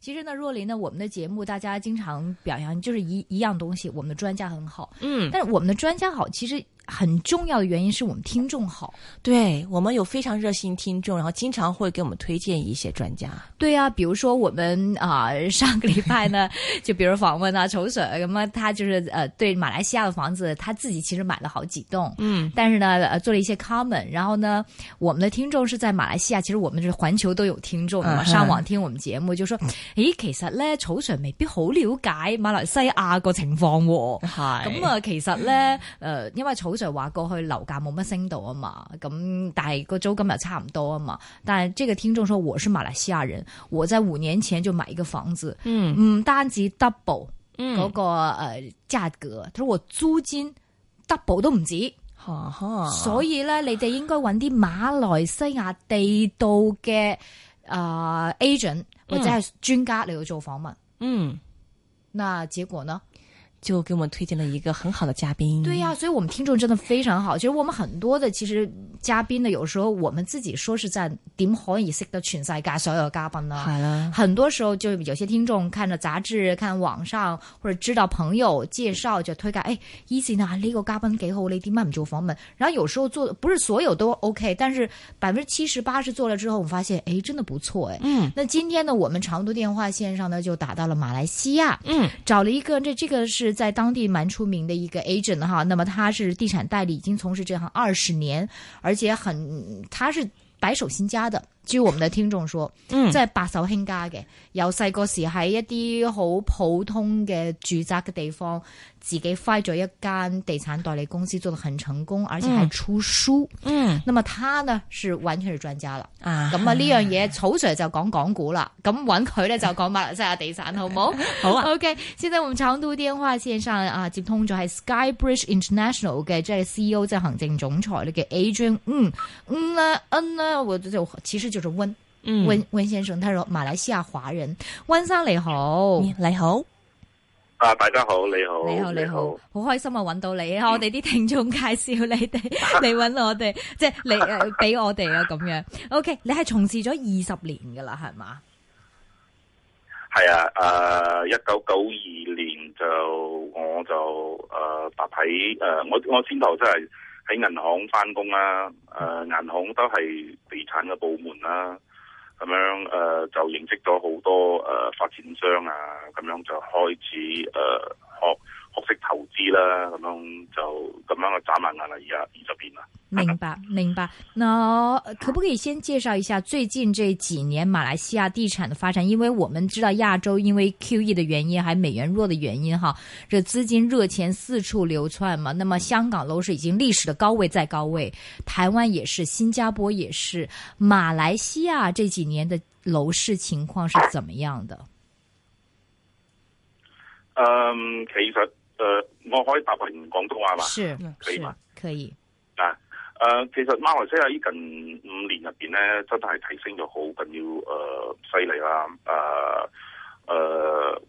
其实呢，若琳呢，我们的节目大家经常表扬，就是一一样东西，我们的专家很好，嗯，但是我们的专家好，其实很重要的原因是我们听众好。对我们有非常热心听众，然后经常会给我们推荐一些专家。对啊，比如说我们啊、上个礼拜呢，就比如访问啊丑水咁啊，他就是呃对马来西亚的房子，他自己其实买了好几栋，嗯，但是呢呃做了一些 comment，然后呢我们的听众是在马来西亚，其实我们是环球都有听众的嘛，嗯哼嗯上網聽我們節目就說，咦其實咧草 Sir 未必好了解馬來西亞個情況喎。系嗯咁咁啊，啊，其實咧，誒、因為草 Sir 話過去樓價冇乜升到啊嘛，咁但係個租金又差唔多啊嘛。但係這個聽眾說我是馬來西亞人，我在五年前就買一個房子，嗯唔單止 double 嗯嗰、個誒價格，佢話我租金 double 都唔止，哈哈，所以咧你哋應該揾啲馬來西亞地道嘅誒、呃 agent 或者係專家嚟到做訪問。嗯，那結果呢？就给我们推荐了一个很好的嘉宾。对呀、所以我们听众真的非常好。其实我们很多的其实嘉宾呢，有时候我们自己说是在点可以识得全世界所有的嘉宾好呢？了，很多时候就有些听众看着杂志、看网上或者知道朋友介绍就推介，哎，以前啊呢个嘉宾给后，你点解唔做访问？然后有时候做不是所有都 OK，但是百分之七十八十做了之后，我们发现哎真的不错哎。嗯那今天呢，我们长途电话线上呢就打到了马来西亚，嗯，找了一个这这个是在当地蛮出名的一个 agent 哈，那么他是地产代理，已经从事这行二十年，而且很他是白手兴家的。据我们的听众说，嗯即系白手興家嘅，由細個時喺一啲好普通嘅住宅嘅地方，自己開咗一間地產代理公司，做得很成功，而且還出書。嗯那麼他呢是完全是專家啦。啊，咁啊呢樣嘢，草 Sir 就講港股啦，咁揾佢咧就講馬來西亞地產，好唔好？好啊， OK，現在我們長途電話線上啊接通咗係 Skybridge International 嘅即係 CEO 即係行政總裁咧嘅 Adrian，嗯嗯啦嗯啦，我就其實就是温。嗯，温温先生，他是马来西亚华人。温生你好，你你好，啊，大家好，你好，你好你好，好开心啊，揾到你嗯啊！我哋啲听众介绍你 哋嚟揾我哋，即系嚟诶俾我哋啊咁样。OK，你系从事咗二十年噶啦，系嘛？系啊，诶，一九九二年就我就诶、呃、踏喺诶、呃我我先頭真係喺銀行翻工啦，诶、嗯銀行都係地產嘅部門啦，咁樣诶、呃就認識咗好多诶、呃、發展商啊，咁樣就開始诶、呃、學學識投資啦，咁樣就咁樣就眨下眼啦，而家二十年啦。 明白明白。那可不可以先介绍一下最近这几年马来西亚地产的发展？因为我们知道亚洲因为 QE 的原因，还美元弱的原因，哈，这资金热钱四处流窜嘛。那么香港楼市已经历史的高位再高位，台湾也是，新加坡也是，马来西亚这几年的楼市情况是怎么样的？诶、其實诶、呃我可以答明廣東話嘛？是嗯可以是吗可以，啊，誒、其實馬來西亞呢近五年入邊咧，真係提升咗好緊要呃誒，犀利啦！誒、誒、呃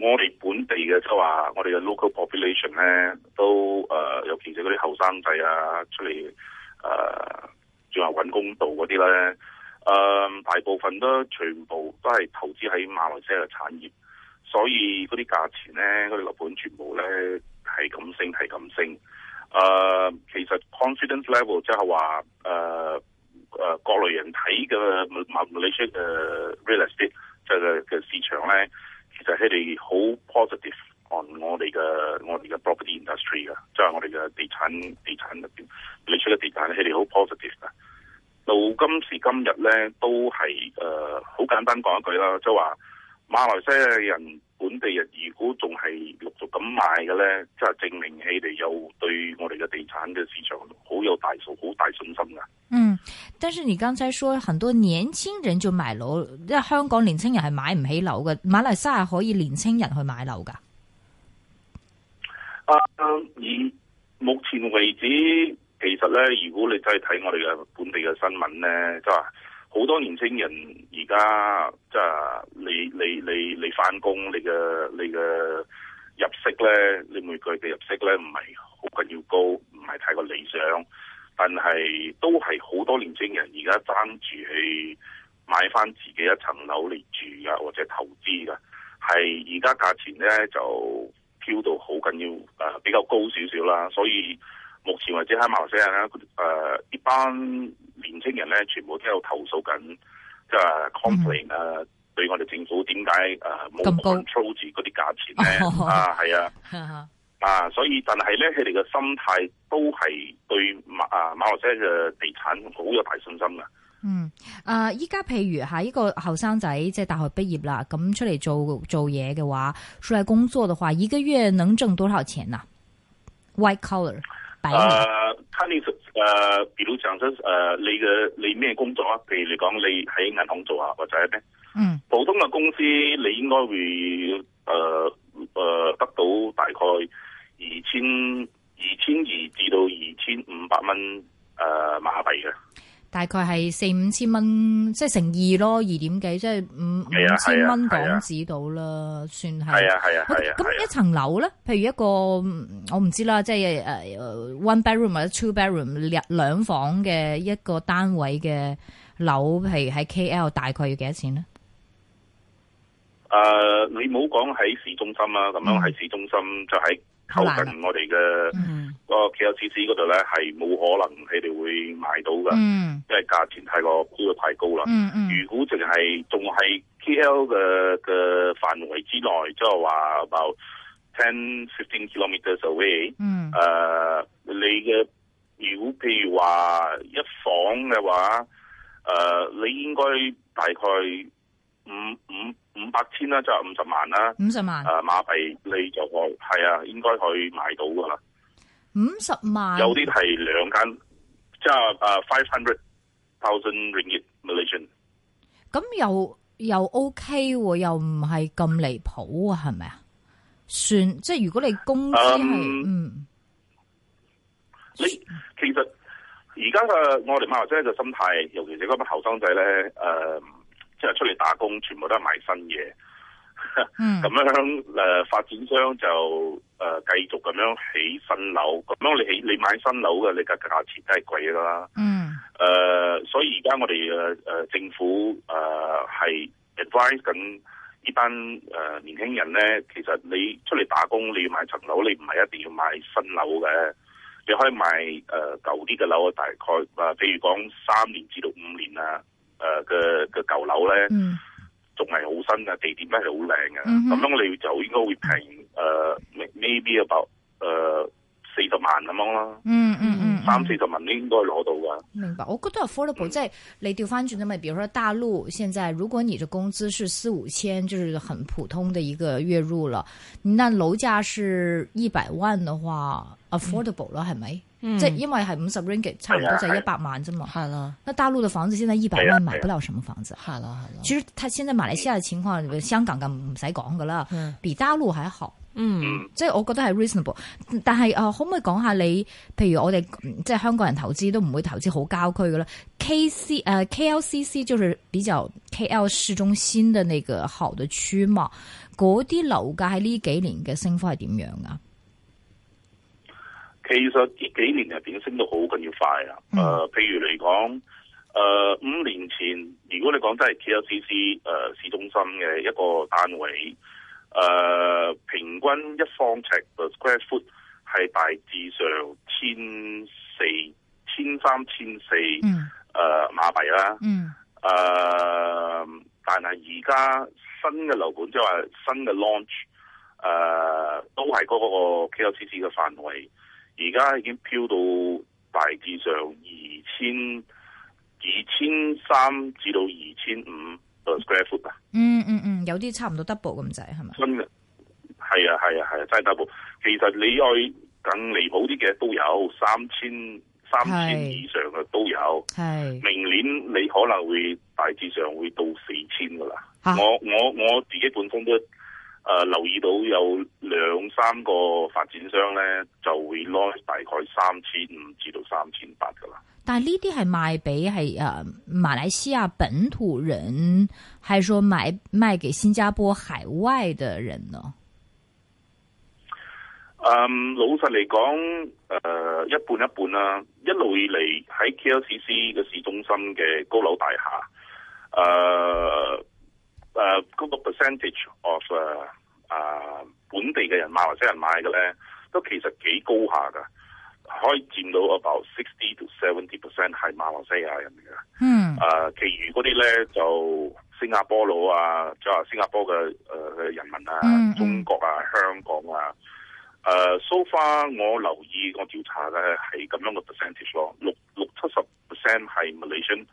我哋本地嘅即係話，我哋嘅 local population 咧，都呃誒、尤其是嗰啲後生仔啊，出嚟呃誒，仲話揾工做嗰啲咧，誒、大部分都全部都係投資喺馬來西亞嘅產業，所以嗰啲價錢咧，嗰啲樓盤全部咧係咁升，係咁升。誒、呃其實 confidence level 即係話誒誒國內人睇嘅馬馬來西亞嘅呃 real estate 即係嘅嘅市場咧，其實佢哋好 positive on 我哋嘅我哋嘅 property industry 嘅，即係我哋嘅地產地產入邊，馬來西亞嘅地產佢哋好 positive 嘅。到今時今日咧，都係誒好簡單講一句啦，即係話馬來西亞人本地人如果仲係陸續咁賣嘅咧，即係證明佢哋有對我哋嘅地產嘅市場好有大數、好大信心㗎。嗯，但是你刚才说很多年青人就买楼，因为香港年青人系买唔起楼嘅，马来西亚可以年青人去买楼噶。啊，以目前為止，其實咧，如果你真係睇我哋嘅本地嘅新聞咧，即係話好多年青人而家即係你你你你翻工，你嘅你嘅入息咧，你每個月嘅入息咧唔係好緊要高，唔係太過理想，但係都係好多年青人而家爭住去買翻自己一層樓嚟住啊，或者投資噶。係而家價錢咧就飄到好緊要，誒、呃、比較高少少啦。所以目前為止喺馬來西亞咧，誒、呃、呢班年青人咧，全部都有投訴緊，即係 complain 啊，對我哋政府點解誒冇咁高 control 住嗰啲價錢 咧？哦啊，係啊。哈啊，所以但係咧，佢哋嘅心態都係對馬啊馬來西亞嘅地產好有大信心嘅。嗯，啊，依家譬如吓一個後生仔，即係大學畢業啦，咁出嚟做做嘢嘅話，出嚟工作嘅話，一個月能掙多少錢啊？White collar，白領。誒，看你誒，啊呃比如講真，誒、呃，你嘅你咩工作啊？譬如你講你喺銀行做啊，或者咩嗯普通嘅公司，你應該會誒誒、呃呃得到大概二千二千二至到二千五百蚊誒馬幣嘅。大概係四五千蚊，即係乘二咯，二點幾，即係五五係啊千蚊港係啊紙到啦，算係。係啊係啊係啊咁咁係一啊。層樓咧，譬如一個嗯我唔知啦，即係誒 one bedroom 或者 two bedroom 兩兩房嘅一個單位嘅樓，譬如喺 KL 大概要幾多錢咧？誒、啊你唔好講喺市中心啊，咁樣喺市中心就喺嗯好靠難啊近我哋嘅。嗯，個 KLCC 嗰度咧係冇可能佢哋會買到噶，嗯因為價錢太過飆得太高啦。嗯嗯如果淨係仲係 KL 嘅嘅範圍之內，即係話 about ten fifteen kilometers away，嗯誒、呃你嘅如果譬如話一房嘅話，誒、呃你應該大概五五五百千啦，即係五十萬啦，五十萬誒、，馬幣你就可係啊，應該可以買到噶啦。五十萬，有啲係兩間，即係誒 five hundred thousand ringgit Malaysian。咁又又 OK 喎，又唔係咁離譜啊，係咪啊？算即係如果你工資係嗯你其實而家嘅我哋馬來西亞嘅心態，尤其是嗰班後生仔咧，誒、即係出嚟打工，全部都係買新嘢。嗯咁樣誒、呃，發展商就誒、呃、繼續咁樣起新樓，咁樣你起你買新樓嘅，你嘅價錢都係貴㗎啦。嗯誒、呃所以而家我哋誒誒政府誒係、advise 緊呢班誒、呃年輕人咧，其實你出嚟打工，你要買層樓，你唔係一定要買新樓嘅，你可以買誒、呃、舊啲嘅樓，大概誒、呃譬如講三年至到五年啊誒嘅嘅舊樓咧，嗯仲係好新嘅，地點咧係好靚嘅，咁、嗯哼樣你就應該會平誒、呃 maybe about 誒四十萬咁樣啦，嗯嗯嗯，三四十萬你應該攞到㗎。明白，我觉得嗯 affordable 即系你调翻转咁嘛，比如说大陆现在，如果你的工资是四五千，就是很普通的一个月入了，那楼价是一百万的话，affordable 啦，系咪？嗯即系因为系五十 ringgit，差唔多就係啊一係百万啫嘛。好了，那大陆的房子现在一百係万啊係啊买不了什么房子。好了，好了。其实他现在马来西亚的情况，香港咁唔使讲噶啦嗯，比大陆还好。嗯嗯即係我覺得係 reasonable，但係啊，呃可唔可以講下你？譬如我哋嗯即係香港人投資都唔會投資好郊區噶啦，K C 誒 K L C C 就是比較 K L 市中心的那個好的區嘛，嗰啲樓價喺呢幾年嘅升幅係點樣啊？其實呢幾年入邊升得好緊要快啊！誒、嗯譬如嚟講，誒、呃五年前，如果你講真係 KLCC 誒、呃市中心嘅一個單位，誒、平均一方尺嘅 square foot 係大致上千四、千三、千四誒嗯呃馬幣啦。嗯誒、但係而家新嘅樓盤，即係話新嘅 launch，誒、都係嗰個 KLCC 嘅範圍，而家已經飄到大致上二千二千三至到二千五 square foot 啊，嗯嗯嗯，有啲差唔多 double 咁滯係咪？新嘅係啊係啊係啊，真係 double。其實你去更離譜啲嘅都有三千三千係以上嘅都有。係明年你可能會大致上會到四千噶啦。嚇我我我自己本身都誒、呃留意到有兩三個發展商咧就會 launch 大概三千五至到三千八噶啦。但係呢啲係賣俾係誒馬來西亞本土人，還是說賣賣給新加坡海外的人呢？嗯，老實嚟講，誒、呃一半一半啦、一路以嚟喺 KLCC 嘅市中心嘅高樓大廈，誒、誒誒嗰個 percentage of 誒、啊本地嘅人馬來西亞人買嘅咧，都其實幾高下㗎，可以佔到 about sixty to seventy percent 係馬來西亞人嚟嘅。嗯誒、啊其餘嗰啲咧就新加坡佬啊，即係新加坡嘅誒、呃人民啊，嗯嗯中國啊，香港啊。誒、so far 我留意我調查嘅係咁樣嘅 percentage 咯，六六七十 percent 係 Malaysian，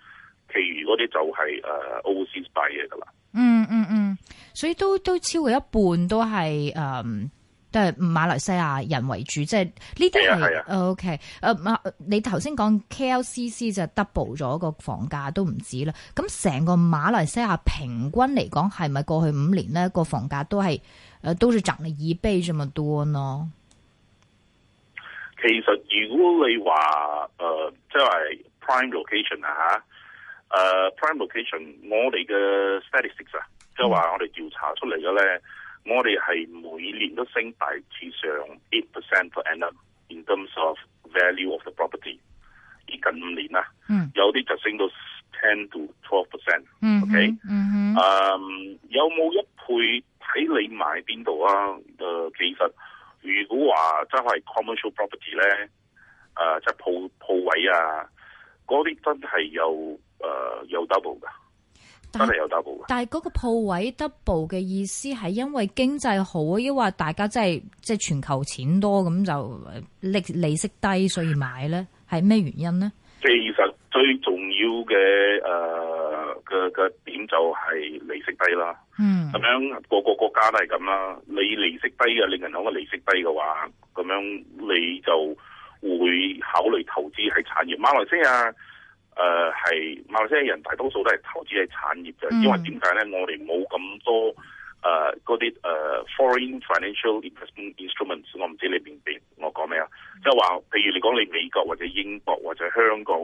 其餘嗰啲就係、誒、overseas 呃 buy 嘢㗎啦。嗯嗯嗯，所以都都超過一半都係誒、嗯都係馬來西亞人為主，即係呢啲係啊係 O K。誒馬，你頭先講 K L C C 就 double 咗個房價都唔止啦。咁成個馬來西亞平均嚟講，係咪過去五年呢個房價都係誒、呃都是漲了一倍這麼多呢？其實如果你話誒、呃即係 prime location 啊嚇，誒、prime location，我哋嘅 statistics 啊，即係話我哋調查出嚟嘅咧，我哋係每年都升大致上 eight percent per annum in terms of value of the property。而近五年啊，嗯有啲就升到 ten to twelve percent。嗯 OK 哼嗯誒、哼嗯有冇一倍睇你買邊度啊？誒、其實如果話真係 commercial property 咧，誒、即係鋪鋪位啊，嗰啲真係有誒、有 double 噶，真但係有 double 噶。但係嗰個鋪位 double 嘅意思係因為經濟好啊，抑或大家真係即係全球錢多咁就呃利利息低，所以買咧，係咩原因呢？其實最重要嘅誒呃嘅嘅點就係利息低啦。嗯咁樣個個國家都係咁啦。你利息低嘅，你銀行嘅利息低嘅話，咁樣你就會考慮投資喺產業。馬來西呃亞誒係馬來西亞人大多數都係投資喺產業嘅，嗯因為點解咧？我哋冇咁多誒嗰啲誒呃 foreign financial investment instruments，我唔知你明唔明我講咩啊？即係話，譬如你講你美國或者英國或者香港，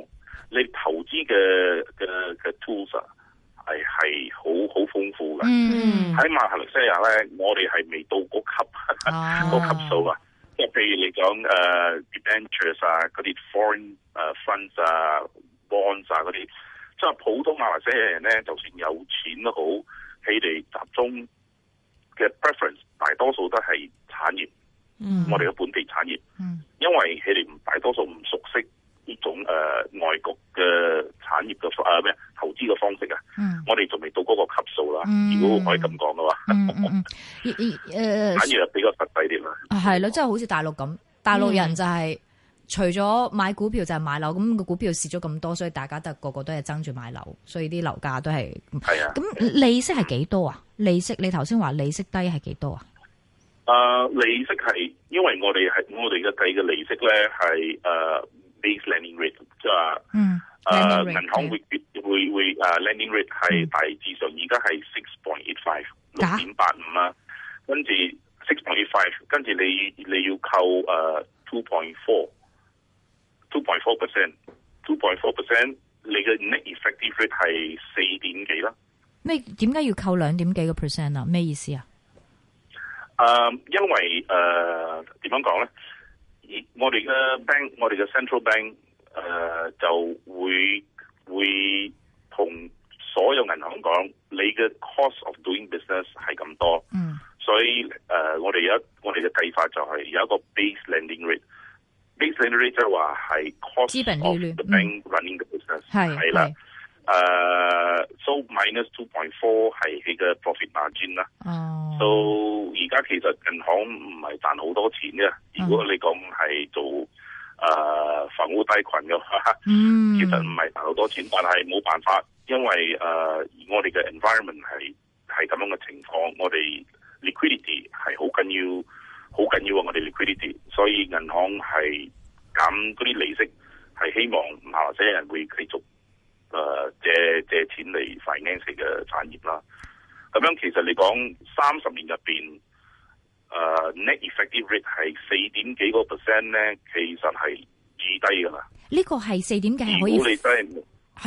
你投資嘅嘅嘅 tools 啊係係好好豐富嘅。嗯喺馬來西亞咧，我哋係未到嗰級哦嗰級數啊，即係譬如你講誒 debentures 啊，嗰啲 foreign 誒 funds 啊、bonds 啊嗰啲，即係普通馬來西亞人咧，就算有錢都好，佢哋集中嘅 preference 大多數都係產業，嗯我哋嘅本地產業，嗯因為佢哋唔大多數唔熟悉呢種誒、呃外國嘅產業嘅誒咩投資嘅方式啊，嗯我哋仲未到嗰個級數啦。嗯如果可以咁講嘅話。嗯 嗯嗯，而反而係比較實際啲啦。啊係咯，即係好似大陸咁，大陸人就係嗯除咗買股票就係買樓，咁個股票蝕咗咁多，所以大家都係個個都係爭住買樓，所以啲樓價都係係啊，咁利息係幾多啊？利息你頭先話利息低係幾多啊？誒啊利息係因為我哋係我哋嘅計嘅利息咧係誒 base lending rate，即係嗯，誒 lending rate，呃嗯銀行會會會誒呃 lending rate 係大致上而家係 six point eight five 六假點八五啦，跟住 six point eight five，跟住你你要扣誒 two point four two point four percent two point four percent，你嘅 net effective rate 係四點幾啦。咩？點解要扣兩點幾個 percent 啊？咩意思啊？誒、啊因呃為誒點樣講咧？而我哋嘅 bank，我哋嘅 central bank 誒、就會會同所有銀行講，你嘅 cost of doing business 係咁多，嗯所以誒、我哋有一我哋嘅計法就係有一個 base lending rate。base lending rate 即係話係 cost 資本利 of 率 the 嗯 bank running the business 係係啦。誒，so minus two point four 係佢嘅 profit margin 啦。哦，到而家其實銀行唔係賺好多錢嘅，如果你講係做誒、呃、房屋貸款嘅話，嗯，其實唔係賺好多錢，但係冇辦法，因為誒、呃我哋嘅 environment 係係咁樣嘅情況，我哋 liquidity 係好緊要，好緊要啊！我哋 liquidity，所以銀行係減嗰啲利息，係希望馬來西亞人會繼續誒、呃借借錢嚟 finance 佢嘅產業啦。咁樣其實你講三十年入邊。誒、net effective rate 係四點幾個 percent 咧，其實係至低㗎啦。呢個係四點幾係可如果以你真係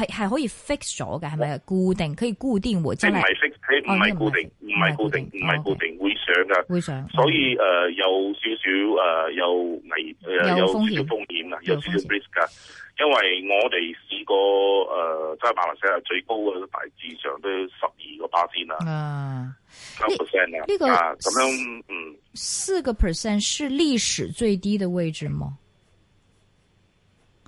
係係可以 fix 咗嘅，係咪固定可以固定喎？即哦即係唔係係識，佢唔係固定，唔係固定，唔係固定會上㗎。會上，所以誒、呃有少少誒、呃有危誒、呃有有少風險少風險啊，有有風險少少 risk 㗎。因為我哋試過誒，即係馬來西亞最高嘅大致上都十二個巴仙啦，啊，三 percent 啊，呢個啊咁樣嗯。四個 percent 是歷史最低嘅位置嗎？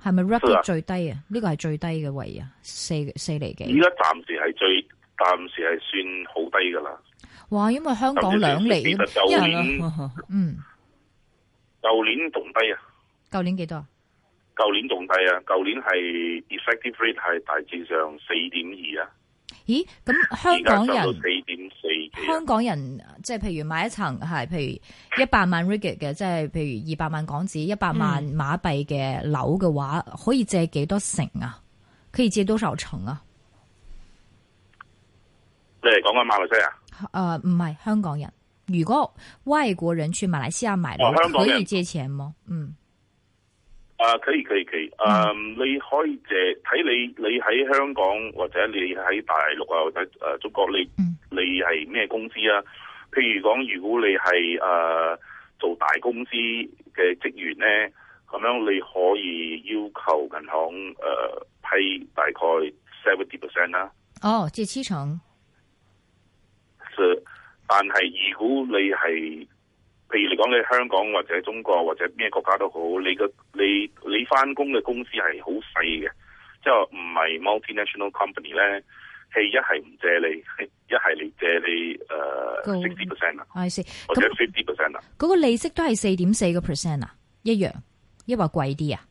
係咪 record 最低啊？呢個係最低嘅位啊，四四厘幾。而家暫時係最，暫時係算好低㗎啦。哇，因為香港兩其厘實，因舊為年嗯，舊年仲低啊，舊年幾多啊？舊年仲低啊，舊年係 effective rate 係大致上四點二啊，咦，咁而香家港上到人四。點四幾啊香。港人即係譬如買一層係譬如一百萬 ringgit 嘅，即係譬如二百萬港紙、一百萬嗯馬幣嘅樓嘅話，可以借幾多成啊？可以借多少成啊？你係講緊馬來西亞？誒、呃唔係香港人，如果外國人去馬來西亞買樓，哦香港可人以借錢麼？嗯，啊，可以可以可以，啊，你可以借睇你你喺香港或者你喺大陸啊或者誒、呃中國，你嗯你係咩公司啊？譬如講，如果你係誒、呃做大公司嘅職員咧，咁樣你可以要求銀行誒、呃批大概 seventy percent 啦。哦，借七成，是呃但係如果你係譬如你講你喺香港或者中國或者咩國家都好，你個你你翻工嘅公司係好細嘅，即係唔係 multinational company 咧，係一係唔借你， 一係你借你高誒 sixty percent 啦， I see。或者咁 fifty percent 啊啦，嗰個利息都係四點四個 percent 啊，一樣，抑或貴啲啊？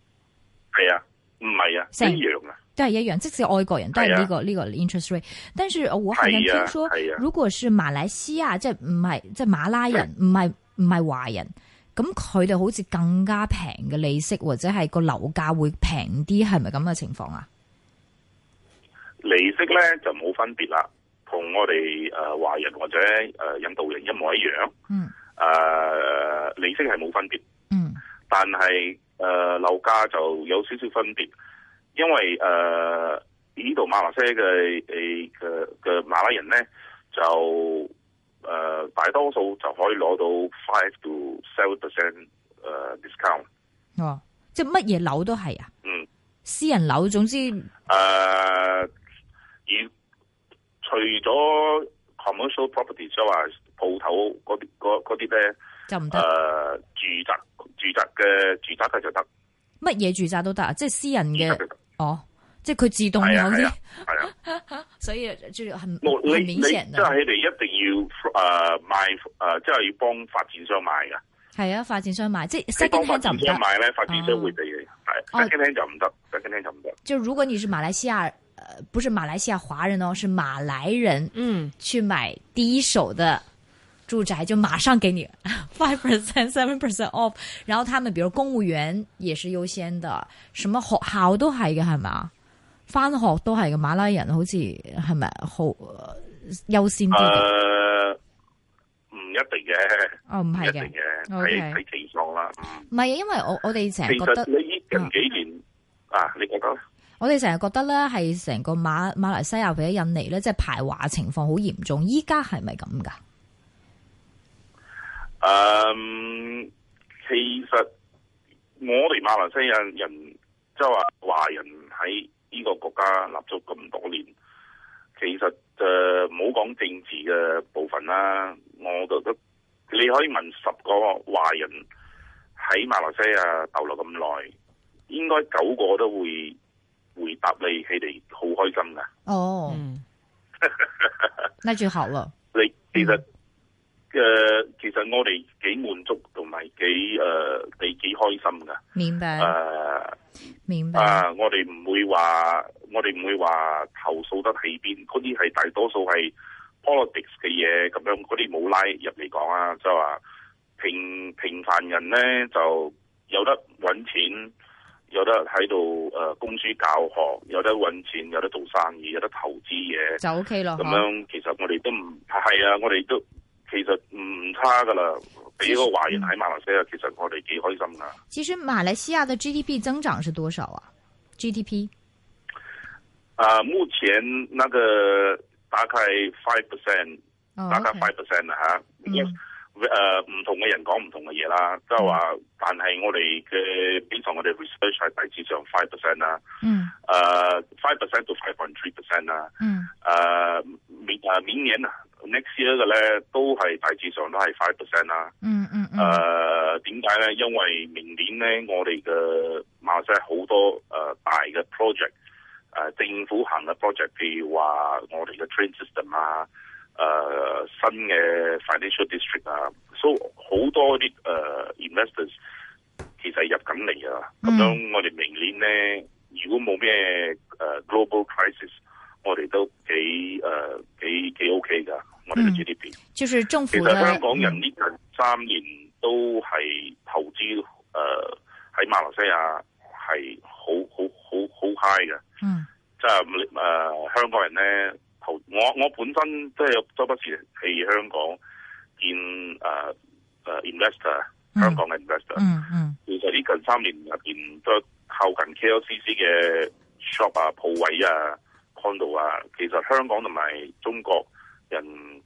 係啊，唔係啊，成一樣啊，都係一樣，即使外國人都係呢、個呢、個 interest rate。但是呃我好像係啊聽說，係啊如果是馬來西亞，即係唔係即係馬拉 人，唔係唔係華人，咁佢哋好似更加平嘅利息，或者係個樓價會平啲，係咪咁嘅情況啊？利息咧就冇分別啦，同我哋誒華人或者呃誒印度人一模一樣，嗯誒、利息係冇分別。嗯但係誒樓價就有少少分別，因為誒呢度馬來西亞嘅誒嘅嘅馬拉人咧就誒、呃大多數就可以攞到 five to seven percent 誒 discount，哦，即係乜嘢樓都係啊？嗯私人樓，總之誒、呃而除咗 commercial property 即係話鋪頭嗰啲嗰嗰啲咧就唔誒得，住宅住宅嘅住宅嘅就得，乜嘢住宅都得啊！即係私人住嘅宅，就得，哦，即係佢自動有嗯係啊係啲啊，係啊。所以就很冇你很你明即顯啊係嘅，佢哋一定要誒賣誒，即係要幫發展商賣噶。係啊，發展商買，即係你 second 幫發 hand 就唔展得商。賣咧，發展商哦會俾你。哦係 second hand 就唔得，second hand 就唔得。就如果你是馬來西亞，呃，不是馬來西亞華人哦，是馬來人嗯，去買第一手的住宅，就马上给你 five percent、seven percent off。然后他们比如公務員也是優先的，什麼學校都係嘅係嘛，翻學都係嘅，馬拉人好似係咪好呃優先啲嘅？誒呃唔一定嘅，哦，唔唔係啊一嘅定，嘅， OK 睇睇情況啦。嗯唔係因為我我哋成其日覺實得。嗯你依近幾年啊，你覺得咧？我哋成日覺得咧，係成個馬馬來西亞或者印尼咧，即係排華情況好嚴重。依家係咪咁噶？誒，嗯其實我哋馬來西亞人即係話華人喺呢個國家立咗咁多年，其實誒唔好講政治嘅部分啦，我覺得你可以問十個華人喺馬來西亞逗留咁耐，應該九個都會回答你佢哋好開心噶。哦，嗯那就好了。你其實誒、呃其實我哋幾滿足同埋幾誒，你幾開心噶。明誒、白，明白。啊！我哋唔會話，我哋唔會話投訴得起邊，嗰啲係大多數係 politics 嘅嘢咁樣，嗰啲冇拉入嚟講啊，即係話平平凡人咧就有得揾錢，有得喺度誒供書教學，有得揾錢，有得做生意，有得投資嘢，就 OK 咯。咁嗬樣其實我哋都唔係啊，我哋都其實唔差噶啦，俾個華人喺馬來西亞，其實我哋幾開心噶。其實馬來西亞的 GDP 增長是多少啊？GDP 啊、目前那个大概 five percent，哦大概 OK five percent 啦嚇。嗯因為誒唔同嘅人講唔同嘅嘢啦，即係話，但係我哋嘅基礎，我哋 research 係大致上 five percent 啦，嗯誒 five percent 到 five point three percent 啦，嗯誒明誒明年啊 next year 嘅咧都係大致上都係 five percent 啊啦，嗯嗯嗯誒呃點解咧？因為明年咧，我哋嘅馬來西亞好多誒、呃大嘅 project，誒、政呃府行嘅 project，譬如話我哋嘅 train system 啊，誒、新嘅 financial district 啊，所以好多啲誒、呃 investors 其實入緊嚟啊。嗯咁樣我哋明年咧，如果冇咩誒 global crisis，我哋都幾誒、呃幾幾 OK 㗎，我哋嗯嘅 GDP。就是政其府實的香港人呢近三年都係投資誒呃喺馬來西亞係好好好好 high 嘅，嗯即係誒香港人咧投我我本身都有周不時喺香港見誒誒、呃 investor 嗯香港嘅 investor，、嗯嗯其實呢近三年入邊都靠近 KLCC 嘅 shop 啊、鋪位啊、condo 啊，其實香港同埋中國人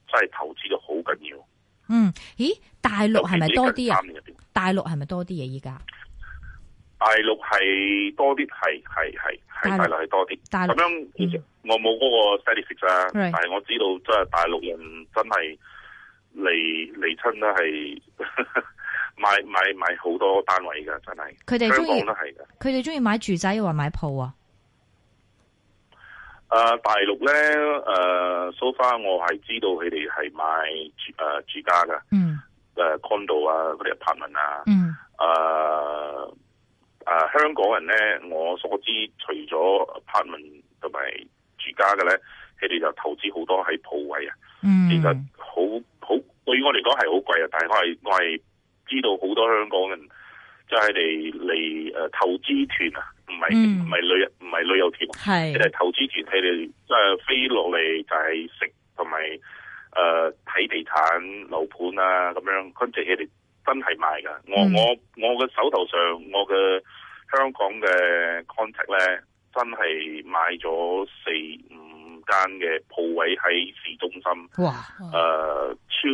真係投資得好緊要。嗯，咦？大陸係咪多啲啊尤其是呢近三？年入邊？大陸係咪多啲嘢？依家大陸係多啲，係係係大陸係大陸係多啲。大陸咁樣其實嗯我冇嗰個 statistics 啊， Right 但係我知道即係大陸人真係嚟嚟親都係 買買買好多單位㗎，真係。佢哋香中意港都係㗎。佢哋中意買住宅，又話買鋪啊？誒、啊大陸咧誒，so far 我係知道佢哋係買住誒、啊住家㗎，誒、嗯 condo 啊，嗰啲 apartment 啊。嗯誒、呃、香港人咧，我所知除咗 apartment 同埋住家嘅咧，佢哋就投資好多喺鋪位啊。嗯，其實好好對於我嚟講係好貴啊，但係我係我係知道好多香港人即係嚟嚟誒呃投資團啊，唔係嗯唔係旅唔係旅遊團啊，係嗯佢哋係投資團，佢哋即係飛落嚟就係食同埋誒睇地產樓盤啊咁樣，跟住佢哋真係賣㗎。我、嗯我我嘅手頭上我嘅香港嘅 contact 咧，真係買咗四五間嘅鋪位喺市中心，哇！誒、呃超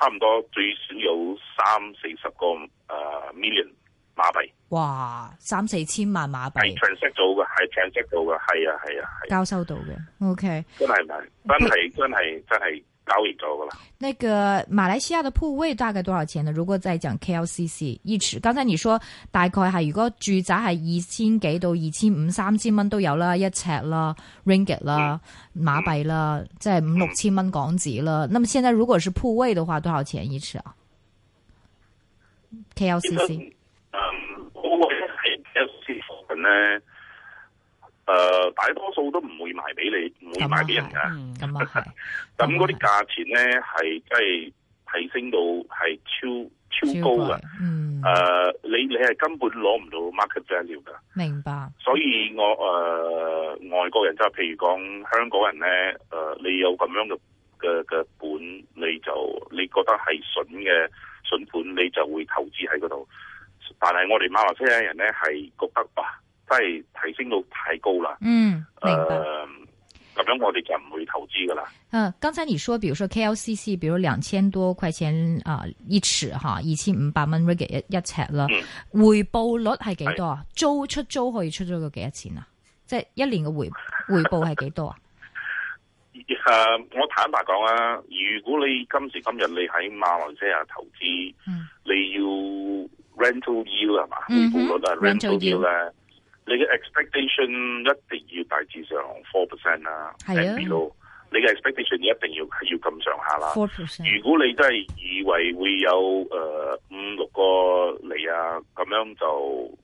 差唔多最少有三四十個誒、呃 million 馬幣，哇，三四千萬馬係幣 transact 到嘅，係 transact 到嘅，係啊係啊係啊。交收到嘅。OK，真係唔係，真 係真係真係搞熱咗噶啦。那個馬來西亞的鋪位大概多少錢呢？如果再講 KLCC 一尺，剛才你說大概係如果住宅係二千幾到二千五三千蚊都有啦，一尺啦，ringgit 啦，馬幣啦，即係五六千蚊港紙啦。那麼現在如果是鋪位的話，多少錢一尺啊其？KLCC 實，嗯，我會喺一市附近咧，誒、大多數都唔會賣俾你，唔會賣俾人噶。嗯，咁啊係，咁嗰啲價錢咧係真係提升到係超超高啊呃噶。超貴，嗯誒、，你你係根本攞唔到 market value 噶。明白，所以我誒、呃外國人即係譬如講香港人咧，誒、你有咁樣嘅嘅嘅本，你就你覺得係筍嘅筍盤，你就會投資喺嗰度。但係我哋馬來西亞人咧係覺得哇，真係提升到太高啦，嗯，誒、明白。咁樣我哋就唔會投資噶啦。嗯，刚才你说，比如说 KLCC，比如两千多块钱啊、一尺吓，二千五百蚊 ringgit 一一尺啦，嗯回報率係幾多啊？租出租可以出租到幾多錢啊？即係一年嘅回回報係幾多 啊？誒、我坦白講啊，如果你今時今日你喺馬來西亞投資，嗯你要 rental yield 係嘛，回嗯哼報率啊 rental rental yield 咧，你嘅 expectation 一定要大致上 four percent 啦係啊，and below，你嘅 expectation 一定要係要咁上下啦。 ，four percent，啊如果你真係以為會有誒、呃五六個嚟啊，咁樣就誒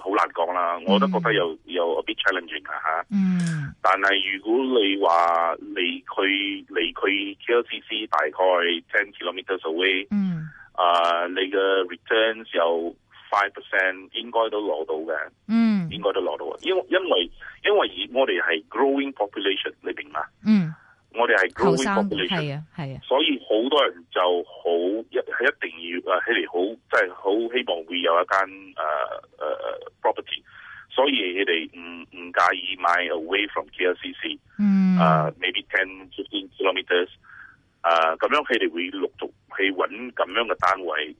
好、難講啦。我都覺得有有 a bit challenging 啊嚇。嗯但係如果你話離佢離佢 KLCC 大概 ten kilometers away，嗯啊、你嘅 returns 有 five percent 應該都攞到嘅，嗯應該都攞到嘅。因為因為因為以我哋係 growing population，你明嘛？嗯，我哋係後 growing 生 population，係啊係啊，所以好多人就好一係一呃定要誒，佢哋好即係好希望會有一間誒誒呃 property。所以佢哋唔唔介意買 away from KLCC。嗯，啊、m a y b e ten fifteen kilometers，啊、咁樣佢哋會陸續去揾咁樣嘅單位，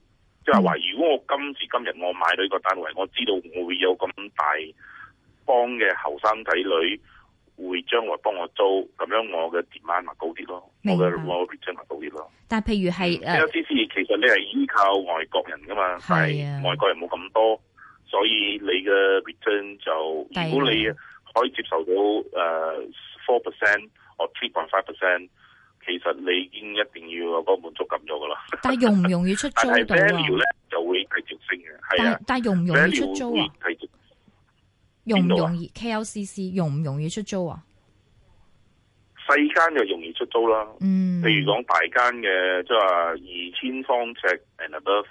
即係話嗯如果我今時今日我買到呢個單位，我知道我會有咁大幫嘅後生仔女會將來幫我租，咁樣我嘅 demand 咪高啲咯，我明白嘅我 return 咪高啲咯。但係譬如呃係誒 LCC 嗯其實你係依靠外國人噶嘛，但係啊係外國人冇咁多，所以你嘅 return 就低啊如果你可以接受到誒 four percent or three point five percent，其實你已經一定要有嗰個滿足感 咗噶啦。但係容唔容易出租但係到啊？ value 咧就會繼續升嘅，係啊但但係容唔容易出，value 租會啊？繼續容唔邊度啊容易 KLCC 容唔容易出租啊？細間就容易出租啦。嗯，譬如講大間嘅，即係話二千方尺 and above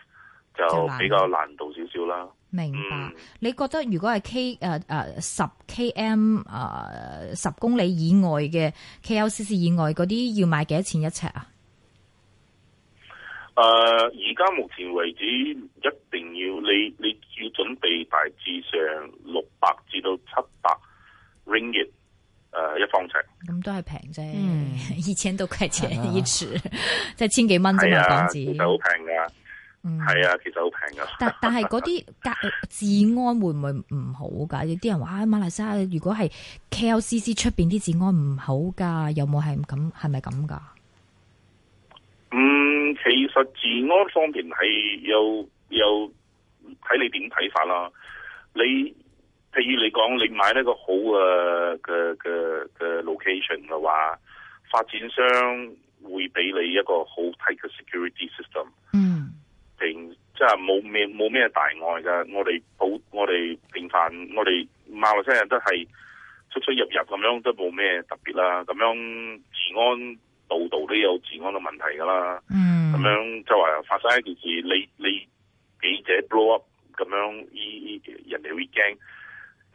就就難比較難度少少啦。明白嗯。。你覺得如果係 K 誒誒十 km 誒十公里以外嘅 KLCC 以外嗰啲要賣幾多錢一尺啊？誒，呃而家目前為止，一定要你你要準備大致上六百至到七百 ringgit 誒、一方尺，咁都係平啫，嗯一千多塊係啊錢一尺，即係千幾蚊啫係嘛啊，港其實好紙。平噶，嗯係啊，其實好平噶。但但係嗰啲隔呃治安會唔會唔好㗎？有啲人話啊，馬來西亞如果係 KLCC 出邊啲治安唔好㗎，有冇係咁係咪咁㗎？嗯，其實治安方面係有有睇你點睇法啦。你譬如你講，你買呢個好嘅嘅嘅嘅 location 嘅話，發展商會俾你一個好 tight 嘅 security system。嗯平即係冇咩冇咩大礙㗎。我哋普我哋平凡，我哋馬來西亞人都係出出入入咁樣，都冇咩特別啦。咁樣治安度度都有治安嘅問題㗎啦。嗯咁樣就話發生一件事，你你記者 blow up 咁樣，依依人哋會驚。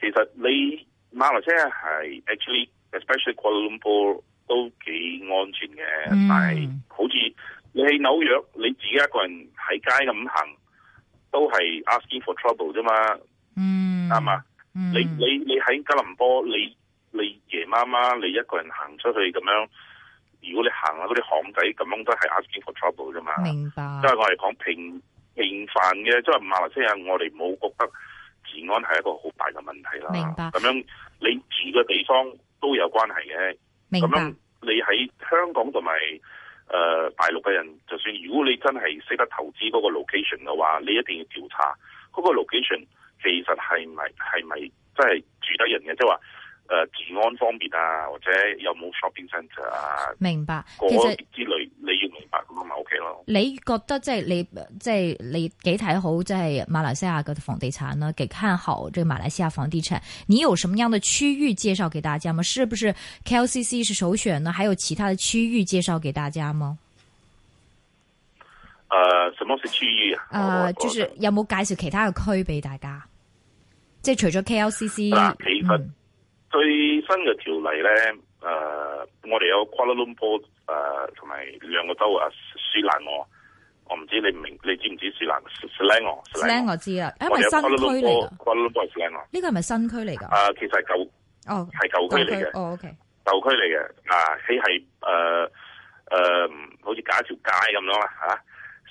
其實你馬來西亞係 actually especially Kuala Lumpur 都幾安全嘅，嗯但係好似你喺紐約，你自己一個人喺街咁行，都係 asking for trouble 啫嘛，嗯啱嘛、嗯你你你喺吉隆坡，你你夜媽媽你一個人行出去咁樣，如果你行啊下嗰啲巷仔咁樣，都係 asking for trouble 啫嘛。明白啊即。係我哋講平平凡嘅，即係馬來西亞，我哋冇覺得治安係一個好大嘅問題啦。明白咁樣你住嘅地方都有關係嘅。明咁白樣你喺香港同埋誒大陸嘅人，就算如果你真係識得投資嗰個 location 嘅話，你一定要調查嗰、個 location 其實係咪係咪真係住得人嘅，即係話誒治安方面啊，或者有冇 shopping centre 啊，明白。嗰其實之類你要明白咁咪 OK 咯。你覺得即係你即係你幾睇好即係馬來西亞嘅房地產呢？幾看好這個馬來西亞房地產？你有什麼樣的區域介紹給大家嗎？是不是 KLCC 是首選呢？還有其他的區域介紹給大家嗎？誒、呃什麼是區域啊？誒、就是有冇介紹其他嘅區俾大家？即係除咗 KLCC，嗱其實嗯最新嘅條例咧，誒、我哋有 Kuala Lumpur 誒、同埋兩個州啊，斯蘭我，我唔知你明，你知唔知斯蘭斯蘭我？斯 Slang 我知啦，啊係咪新區嚟噶？ Kuala Lumpur 係斯蘭我。呢個係咪新區嚟噶？啊，其實係舊哦，係舊區嚟嘅，哦，OK，舊區嚟嘅。啊，佢係誒誒，好似隔一條街咁樣啦嚇。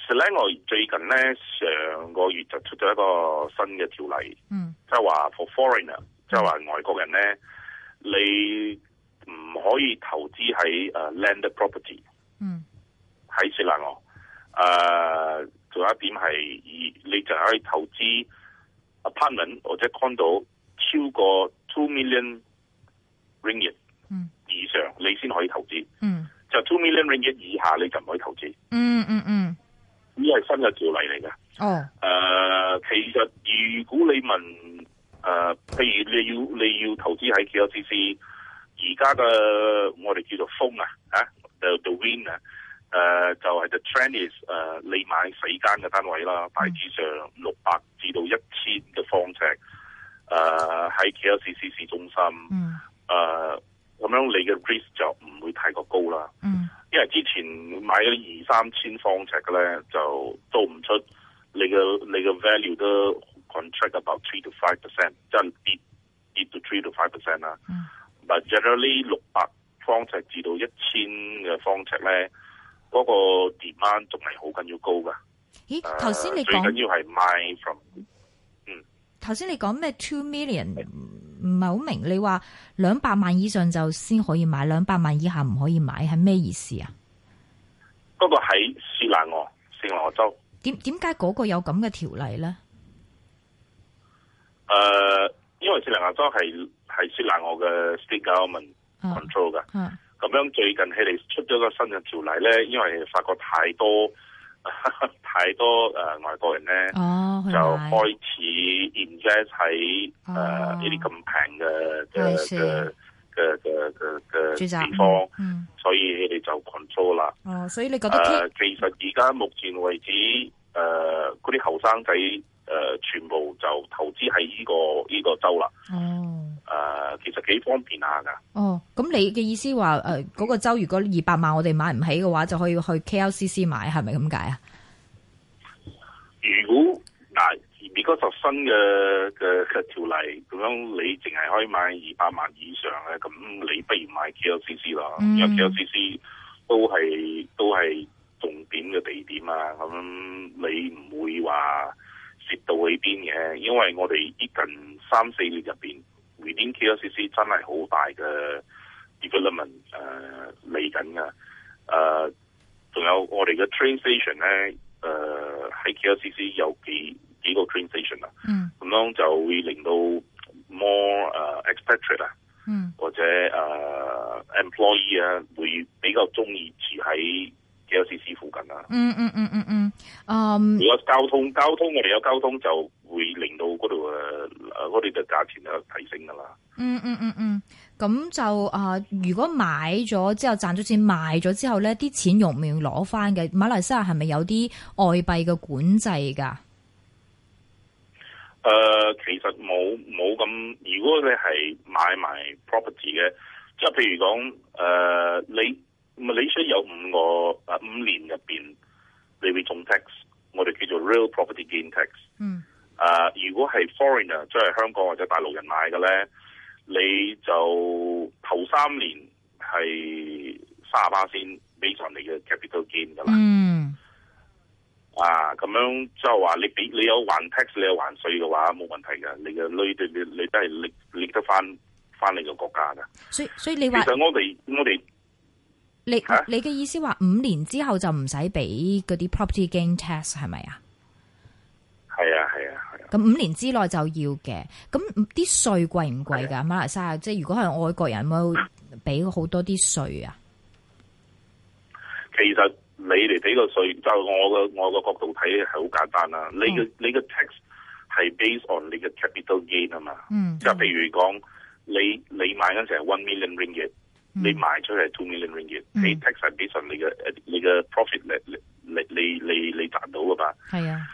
斯蘭我最近咧上個月就出咗一個新嘅條例。嗯即係話 for foreigner，即係話外國人咧，你唔可以投資喺誒 landed property 嗯喺雪蘭莪。誒，仲有一點係，你就可以投資 apartment 或者 condo 超過 two million ringgit 嗯以上，你先可以投資。嗯就 two million ringgit 以下，你就唔可以投資。嗯嗯嗯，呢係新嘅條例嚟嘅。哦，誒、呃其實如果你問誒、譬如你要你要投資喺 KLCC，而家嘅我哋叫做風啊，啊，the the wind 啊，誒、就係、the trend is 誒、你買四間嘅單位啦，大致上六百至到一千嘅方尺，誒、喺 KLCC 市中心，誒、嗯咁樣你嘅 risk 就唔會太過高啦。嗯因為之前買咗二三千方尺嘅咧，就租唔出，你嘅你嘅 value 都 contract about three to five percent，即係跌 three to five percent 啦嗯。嗱，generally 六百方尺至到一千嘅方尺咧，嗰、個 demand 仲係好緊要高㗎。咦，誒頭先你啊最緊講要係 buy from 頭先你講咩 two million 唔係好明，你話兩百萬以上就先可以買，兩百萬以下唔可以買，係咩意思啊？嗰個喺斯蘭岸、聖羅州。點點解嗰個有咁嘅條例咧？誒、呃因為斯蘭亞州係係斯蘭我嘅 state government 啊 control 㗎。啊咁樣最近佢哋出咗個新嘅條例咧，因為發覺太多 太多誒、呃外國人咧，哦，去就買開始 invest 喺誒哦呢啲咁平嘅 I 嘅 see 嘅嘅嘅嘅住宅嘅地方，嗯，所以佢哋就 control 啦。嗯哦，所以你覺誒、得 K 其實而家目前為止，誒嗰啲後生仔誒全部就投資喺呢個呢、個州啦。哦誒、其實幾方便下㗎。哦，咁你嘅意思話誒嗰個州如果二百萬我哋買唔起嘅話，就可以去 KLCC 買，係咪咁解啊？如果嗱，而嗰十新嘅嘅嘅條例咁樣，你淨係可以買二百萬以上嘅，咁你不如買 KLCC 啦，嗯因為 KLCC 都係都係重點嘅地點啊，咁你唔會話蝕到去邊嘅，因為我哋依近三四年入邊，within KLCC 真係好大嘅 development 誒嚟緊㗎，誒、呃仲有我哋嘅 train station 咧，誒、喺 KLCC 有幾幾個 train station 啊，嗯咁樣就會令到 more 誒、expatriate 啊，嗯或者誒、employee 啊，會比較中意住喺 KLCC 附近啊。嗯嗯嗯嗯嗯，嗯如果交通交通我哋有交通就會令到嗰度誒誒嗰啲嘅價錢就提升㗎啦。嗯嗯嗯嗯，咁就啊、如果買咗之後賺咗錢，賣咗之後呢啲錢用唔用攞翻嘅？馬來西亞係咪有啲外幣嘅管制㗎？誒、呃其實冇冇咁，如果你係買埋 property 嘅，即係譬如講誒、你咪你需有五個誒呃五年入邊，你會中 tax，我哋叫做 real property gain tax。嗯誒、如果係 foreigner，即係香港或者大陸人買嘅咧，你就頭三年係三十巴仙 based on 你嘅 capital gain 㗎啦。嗯啊，咁樣即係話你俾你有還 tax，你有還稅嘅話冇問題嘅，你嘅你你你都係拎拎得翻翻你個國家噶。所以所以你其話實我哋我哋你啊你嘅意思話五年之後就唔使俾嗰啲 property gain tax 係咪啊？係啊係啊係啊，咁五年之內就要嘅，咁啲税貴唔貴啊㗎？馬來西亞即係如果係外國人，有冇俾好多啲税啊？其實你哋俾個稅，就我個我個角度睇係好簡單啦。你嘅嗯你嘅 tax 係 based on 你嘅 capital gain 啊嘛。嗯，即係譬如講，你你買嗰陣時係 one million ringgit，嗯你賣出去係 two million ringgit，嗯你 tax 係 based on 你嘅你嘅 profit，你你你你你你賺到噶嘛？係啊，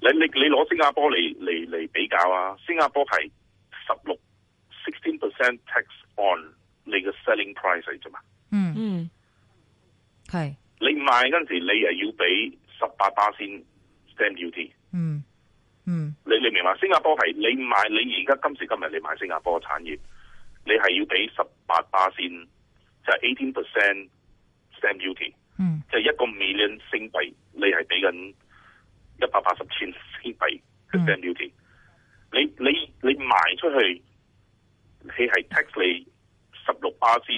你你你攞新加坡嚟嚟嚟比較啊！新加坡係十六 sixteen percent tax on 你嘅 selling price 嚟啫嘛。嗯嗯，係，你賣嗰陣時，你又要俾十八巴仙 stamp duty。嗯嗯。你你明白？新加坡係你買你而家今時今日你買新加坡嘅產業，你係要俾十八巴仙，就係 eighteen percent stamp duty，嗯即係一個 million 星幣，你係俾緊一百八十千星幣嘅 stamp duty。你你你賣出去，你係 tax 你十六巴仙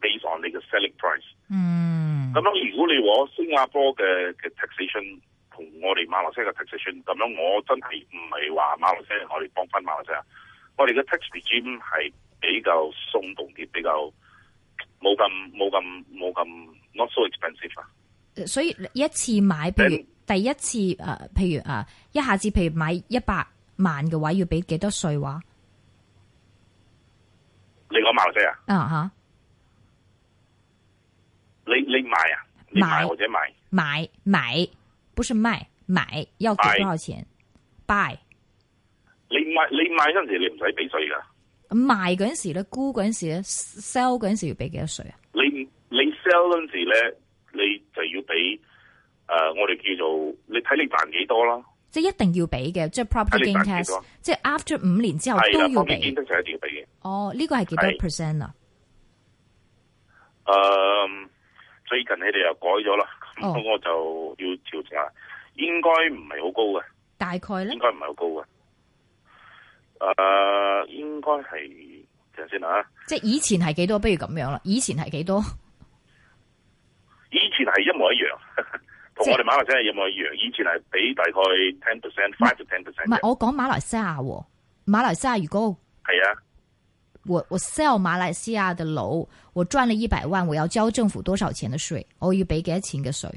，based on 你嘅 selling price。嗯咁樣如果你攞新加坡嘅嘅 taxation 同我哋馬來西亞嘅 taxation，咁樣我真係唔係話馬來西亞，我哋幫翻馬來西亞，我哋嘅 tax regime 係比較鬆動啲，比較冇咁冇咁冇咁 not so expensive 啊。所以一次買，譬如第一次誒、呃譬如啊，一下子譬如買一百萬嘅話，要俾幾多税話？你講馬來西亞，啊吓，你你買啊，你買買或者買買買不是賣，買要給多少錢？buy 你買你買嗰陣時你唔使俾稅㗎，賣嗰陣時咧，沽嗰陣時咧，sell 嗰陣時要俾幾多税啊？你你 sell 嗰陣時咧，你就要俾誒、呃我哋叫做你睇你賺幾多啦。即係一定要俾嘅，即係睇 property 你 gain 賺幾 tax，多即係 after 五年之後係啦哦都要，property gain 俾。 tax 係一定要俾嘅。哦，呢個係幾多係 percent 啊？誒、嗯最近你哋又改咗啦，咁、哦我就要調查，應該唔係好高嘅，大概咧應？該唔係好高嘅。誒、應該係等陣先啊，即係以前係幾多？不如咁樣啦，以前係幾多？以前係一模一樣， 同我哋馬來西亞一模一樣。以前係俾大概 ten percent、five to ten 唔 percent 係嘅，我講馬來西亞喎，馬來西亞如果係啊，我我 sell 馬來西亞嘅樓，我賺了一百萬，我要交政府多少錢嘅稅？我要俾幾多錢嘅稅？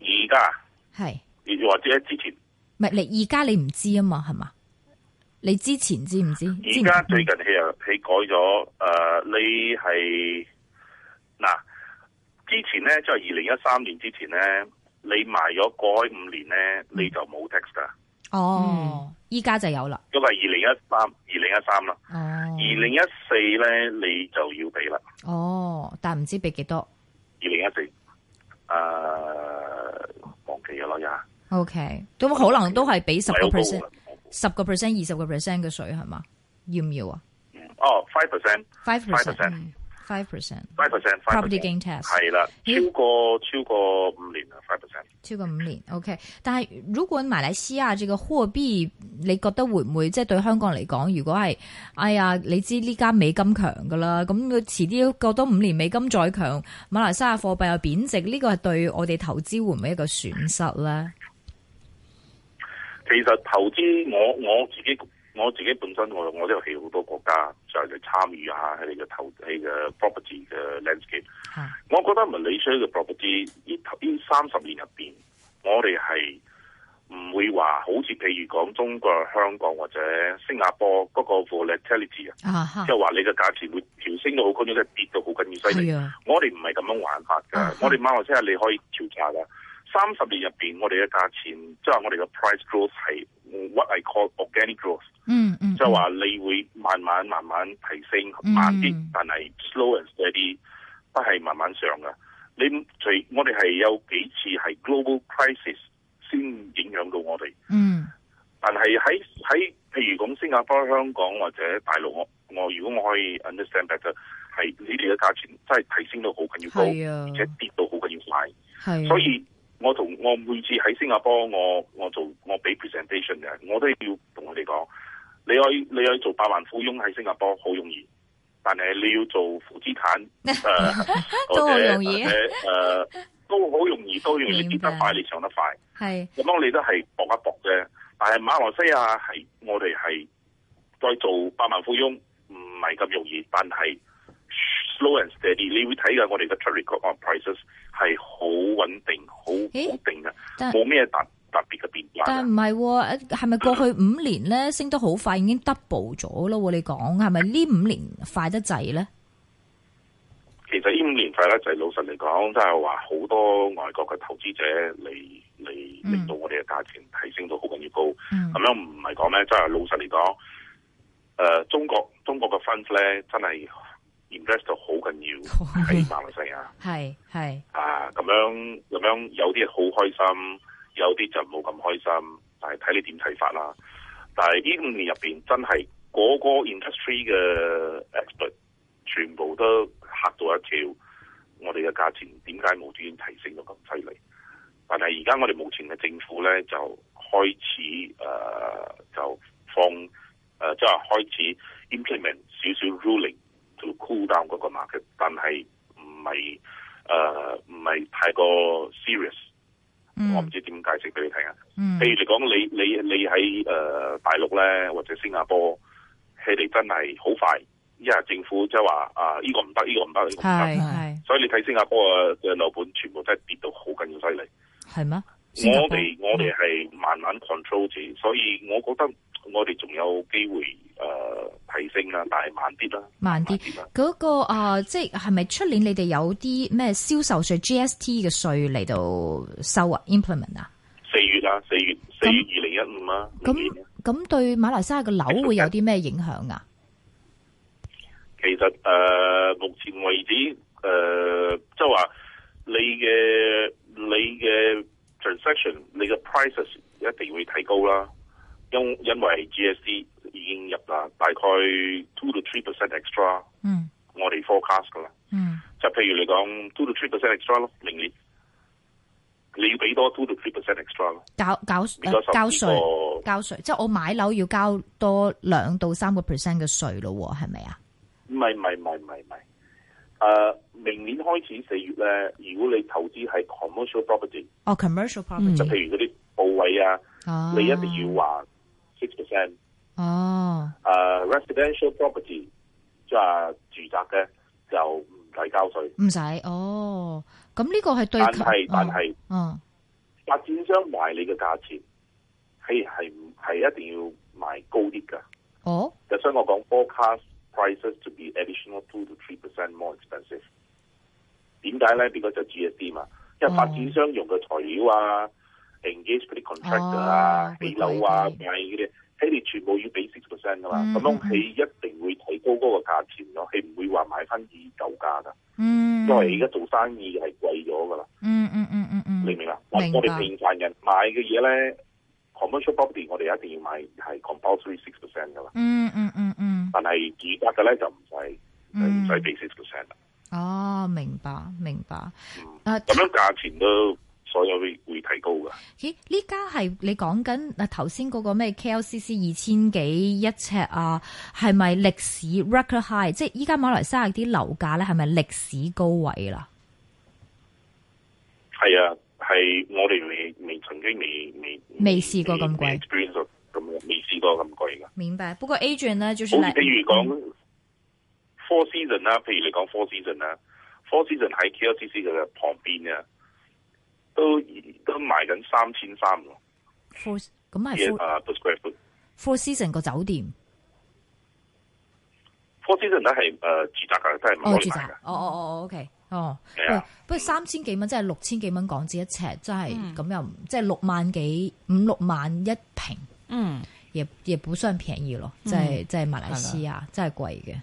而家係或者之前，唔係你而家你唔知啊嘛？係嘛？你之前知唔知？啊而家最近佢又佢改咗誒、你係嗱之前咧，即係二零一三年之前咧，你賣咗過去五年咧，你就冇 tax 噶，嗯哦，依家就有啦。因為二零一三、二零一三啦，哦，二零一四咧你就要俾啦，哦，但唔知俾幾多二零一四誒忘記咗咯呀， ？OK，咁可能都係俾十個唔 percent 係好。高㗎啊十個 percent、二十個 percent 嘅税係嘛？要唔要啊嗯哦，five percent、 ？five percent、嗯5% five percent five percent、five property percent， gain tax 係啦，咦超過超過五年啊，five percent。超過五年。OK，但係如果馬來西亞這個貨幣，你覺得會唔會即係對香港嚟講，如果係哎呀，你知呢家美金強噶啦，咁佢遲啲過多五年美金再強，馬來西亞貨幣又貶值，呢個係對我哋投資會唔會一個損失咧？其實投資我我自己我自己本身我我都有去好多國家就係嚟參與下佢哋嘅投佢嘅 property 嘅 landscape。嚇，我覺得 Malaysia 嘅 property 呢頭呢三十年入邊，我哋係唔會話好似譬如講中國、香港或者新加坡嗰個 volatility 啊，啊哈即，係話你嘅價錢會調升到好緊要，即係跌到好緊要犀利。係啊，我哋唔係咁樣玩法啊㗎，我哋馬來西亞你可以調查㗎。三十年入邊，我哋嘅價錢即係我哋嘅 price growth 係嗯 what I call organic growth，嗯嗯，即係話你會慢慢慢慢提升，嗯慢啲，但係 slow and steady 都係慢慢上㗎。你除我哋係有幾次係 global crisis 先影響到我哋，嗯但係喺喺譬如講新加坡、香港或者大陸，我我如果我可以 understand better，係你哋嘅價錢真係提升到好緊要高。係啊而且跌到好緊要快，係啊，所以我同我每次喺新加坡，我我做我俾 presentation 嘅，我都要同佢哋講，你可以你可以做百萬富翁喺新加坡好容易，但係你要做負 資產，誒都好或者容易或者誒都好容易，都容易你跌明得白快，你上得快，係。咁我哋都係搏一搏啫。但係馬來西亞係我哋係再做百萬富翁唔係咁容易，但係 slow and steady，你會睇嘅我哋嘅 trade record on prices 係好穩定、好咦好定嘅，但冇咩特特別嘅變化但嘅。唔係喎，係咪過去五年咧升得好快，已經 double 咗咯喎？你講係咪呢五年快得滯咧？其實呢五年快咧，就係老實嚟講，真係話好多外國嘅投資者嚟嚟嗯令到我哋嘅價錢提升到好緊要高。嗯咁樣唔係講咩，真係老實嚟講，誒、呃中國中國嘅 fund 咧真係 invest 到好緊要喺馬來西亞係係啊，咁樣咁樣有啲好開心，有啲就冇咁開心，但係睇你點睇法啦。但係呢五年入邊真係嗰個 industry 嘅 expert 全部都嚇到一跳，我哋嘅價錢點解無端端提升到咁犀利？但係而家我哋目前嘅政府咧就開始誒、呃就放誒，呃即、係、開始 implement 少少 ruling to cool down 嗰個 market，但係唔係誒呃唔係太過 serious，、我唔嗯知點解釋俾你聽啊。嗯譬如嚟講，你你你喺誒、呃大陸咧，或者新加坡，佢哋真係好快，一係政府即係話啊，呢、個唔得，呢、個唔得，呢、個唔係得，係所以你睇新加坡嘅嘅樓盤全部真係跌到好緊要犀利。係嗯咩？新加我坡哋我哋係慢慢 control 住，所以我覺得我哋仲有機會誒、呃提升啦，但係慢啲啦，慢啲啲啦。嗰、個啊、即係係咪出年你哋有啲咩銷售税 GST 嘅税嚟到收啊 implement 啊？四月啊，四月四月二零一五啊，咁明年啊咁對馬來西亞嘅樓會有啲咩影響啊？其實誒、呃目前呃為止誒，即係話你嘅你嘅 transaction transaction 你嘅 prices 一定會提高啦，因因為 GSD 已經入啦，大概 two to three percent extra，嗯我哋 forecast 噶啦，嗯就譬如你講 two to three percent extra 咯，明年你要俾多 two to three percent extra 咯，交交變誒咗啊呃交十呢税個交税，即係我買樓要交多兩到三個 percent 嘅税咯喎，係咪啊？唔係唔係唔係唔係唔係，誒明年開始四月咧，如果你投資係 commercial property，哦，commercial property，嗯譬如嗰啲部位啊，哦，你一定要還 six percent。哦，誒、residential property 即係住宅嘅就唔使交税，唔使哦，咁呢個係對但係佢但係哦發展商賣你嘅價錢係係唔係一定要賣高啲㗎。哦就所以我講 forecast prices to be additional two to three percent more expensive。點解咧？呢個就 GSD 嘛，哦因為發展商用嘅材料啊、engage 嗰啲 contractor 啊哦、起樓會啊、貴啲買嗰啲，起你全部要俾 six percent 噶嘛，嗯咁嗯嗯樣起一定會提高嗰個價錢咯，佢唔會話買翻以舊價㗎。嗯，因為而家做生意係貴咗噶啦，嗯嗯嗯嗯嗯，你明唔明啊？我明白我哋平凡人買嘅嘢咧，commercial property 我哋一定要買係 compulsory six percent 噶啦，嗯嗯嗯嗯但係住宅嘅咧就唔使唔嗯使俾 six percent 啦。哦，明白明白，嗯啊。咁樣價錢都所有會會提高噶。咦？呢家係你講緊嗱頭先嗰個咩 KLCC 二千幾一尺啊？係咪歷史 record high？即係依家馬來西亞啲樓價咧，係咪歷史高位啦？係啊，係我哋未未曾經未未未試過咁貴未，experience 過咁樣未試過咁貴噶。明白。不過 agent 呢，就是好嚟似譬如講嗯 Four Season 啦，譬如你講 Four Season 啦，Four Season 喺 KLCC 嘅旁邊啊，都都賣緊三千三喎啊 four 咁係 yeah， four 啊 per square foot。 four season 個酒店 Four Season 咧係誒住宅㗎，都係哦住買嚟宅賣㗎。哦哦哦哦 OK 哦。係啊，不過三千幾蚊，即係六千幾蚊港紙一尺，真係嗯咁又唔即係六萬幾五六萬一平，嗯，也也不算便宜咯，嗯在在馬來西亞真係貴嘅。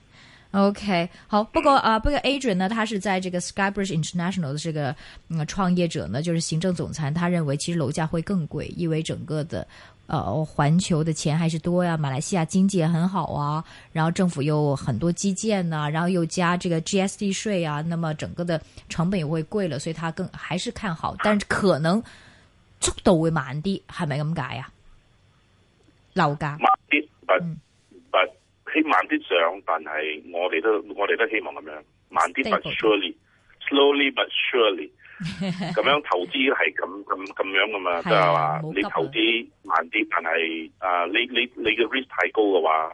OK，好，不過啊，不過 Adrian 呢，他是在这个 Skybridge International 的这个嗯创业者呢，就是行政总裁，他认为其实楼价会更贵，因为整个的呃环球的钱还是多呀，马来西亚经济也很好啊，然后政府又很多基建呐、然后又加这个 GST 税啊，那么整个的成本也会贵了，所以他更还是看好，但是可能速度會慢啲，係咪咁解啊？樓價。慢啲，but 嗯 but 希慢啲上，但係我哋都我哋都希望咁樣慢啲 Stable but surely，slowly but surely。咁樣投資係咁咁咁樣噶嘛，即係係啊話冇急你啊投資慢啲，但係啊你你你嘅 risk 太高嘅話，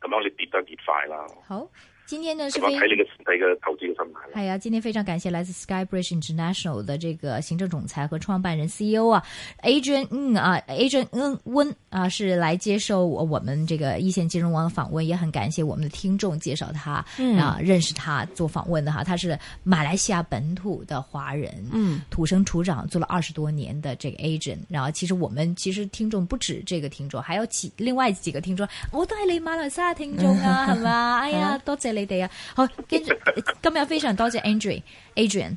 咁樣你跌得越快啦。好，今天呢咁是樣非睇你嘅你嘅投資嘅心態啦。哎呀，今天非常感谢来自 Skybridge International 的这个行政总裁和创办人 CEO 啊，Adrian 嗯啊，Adrian 嗯温啊，是来接受我们这个一线金融网的访问，也很感谢我们的听众介绍他嗯啊，认识他做访问的哈，他是马来西亚本土的华人，嗯，土生土长，做了二十多年的这个 agent。然后其实我们其实听众不止这个听众，还有几另外几个听众，啊我都系你馬來西亞聽眾 啊，係嘛？哎呀，多謝你哋啊！好，跟住今日非常多謝 Andrew Adrian，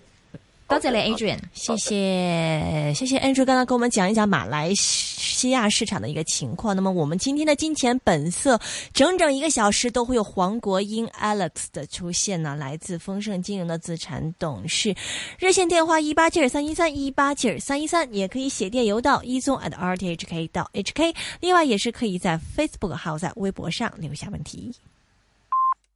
多謝你 Adrian。谢谢谢谢 Andrew 刚刚跟我们讲一讲马来西亚市场的一个情况。那么我们今天的金钱本色整整一个小时都会有黄国英 Alex 的出现呢，来自丰盛金融的资产董事。热线电话一八七二三一三一八七二三一三，也可以写电邮到一宗 at rthk 到 hk，另外也是可以在 Facebook 还有在微博上留下问题。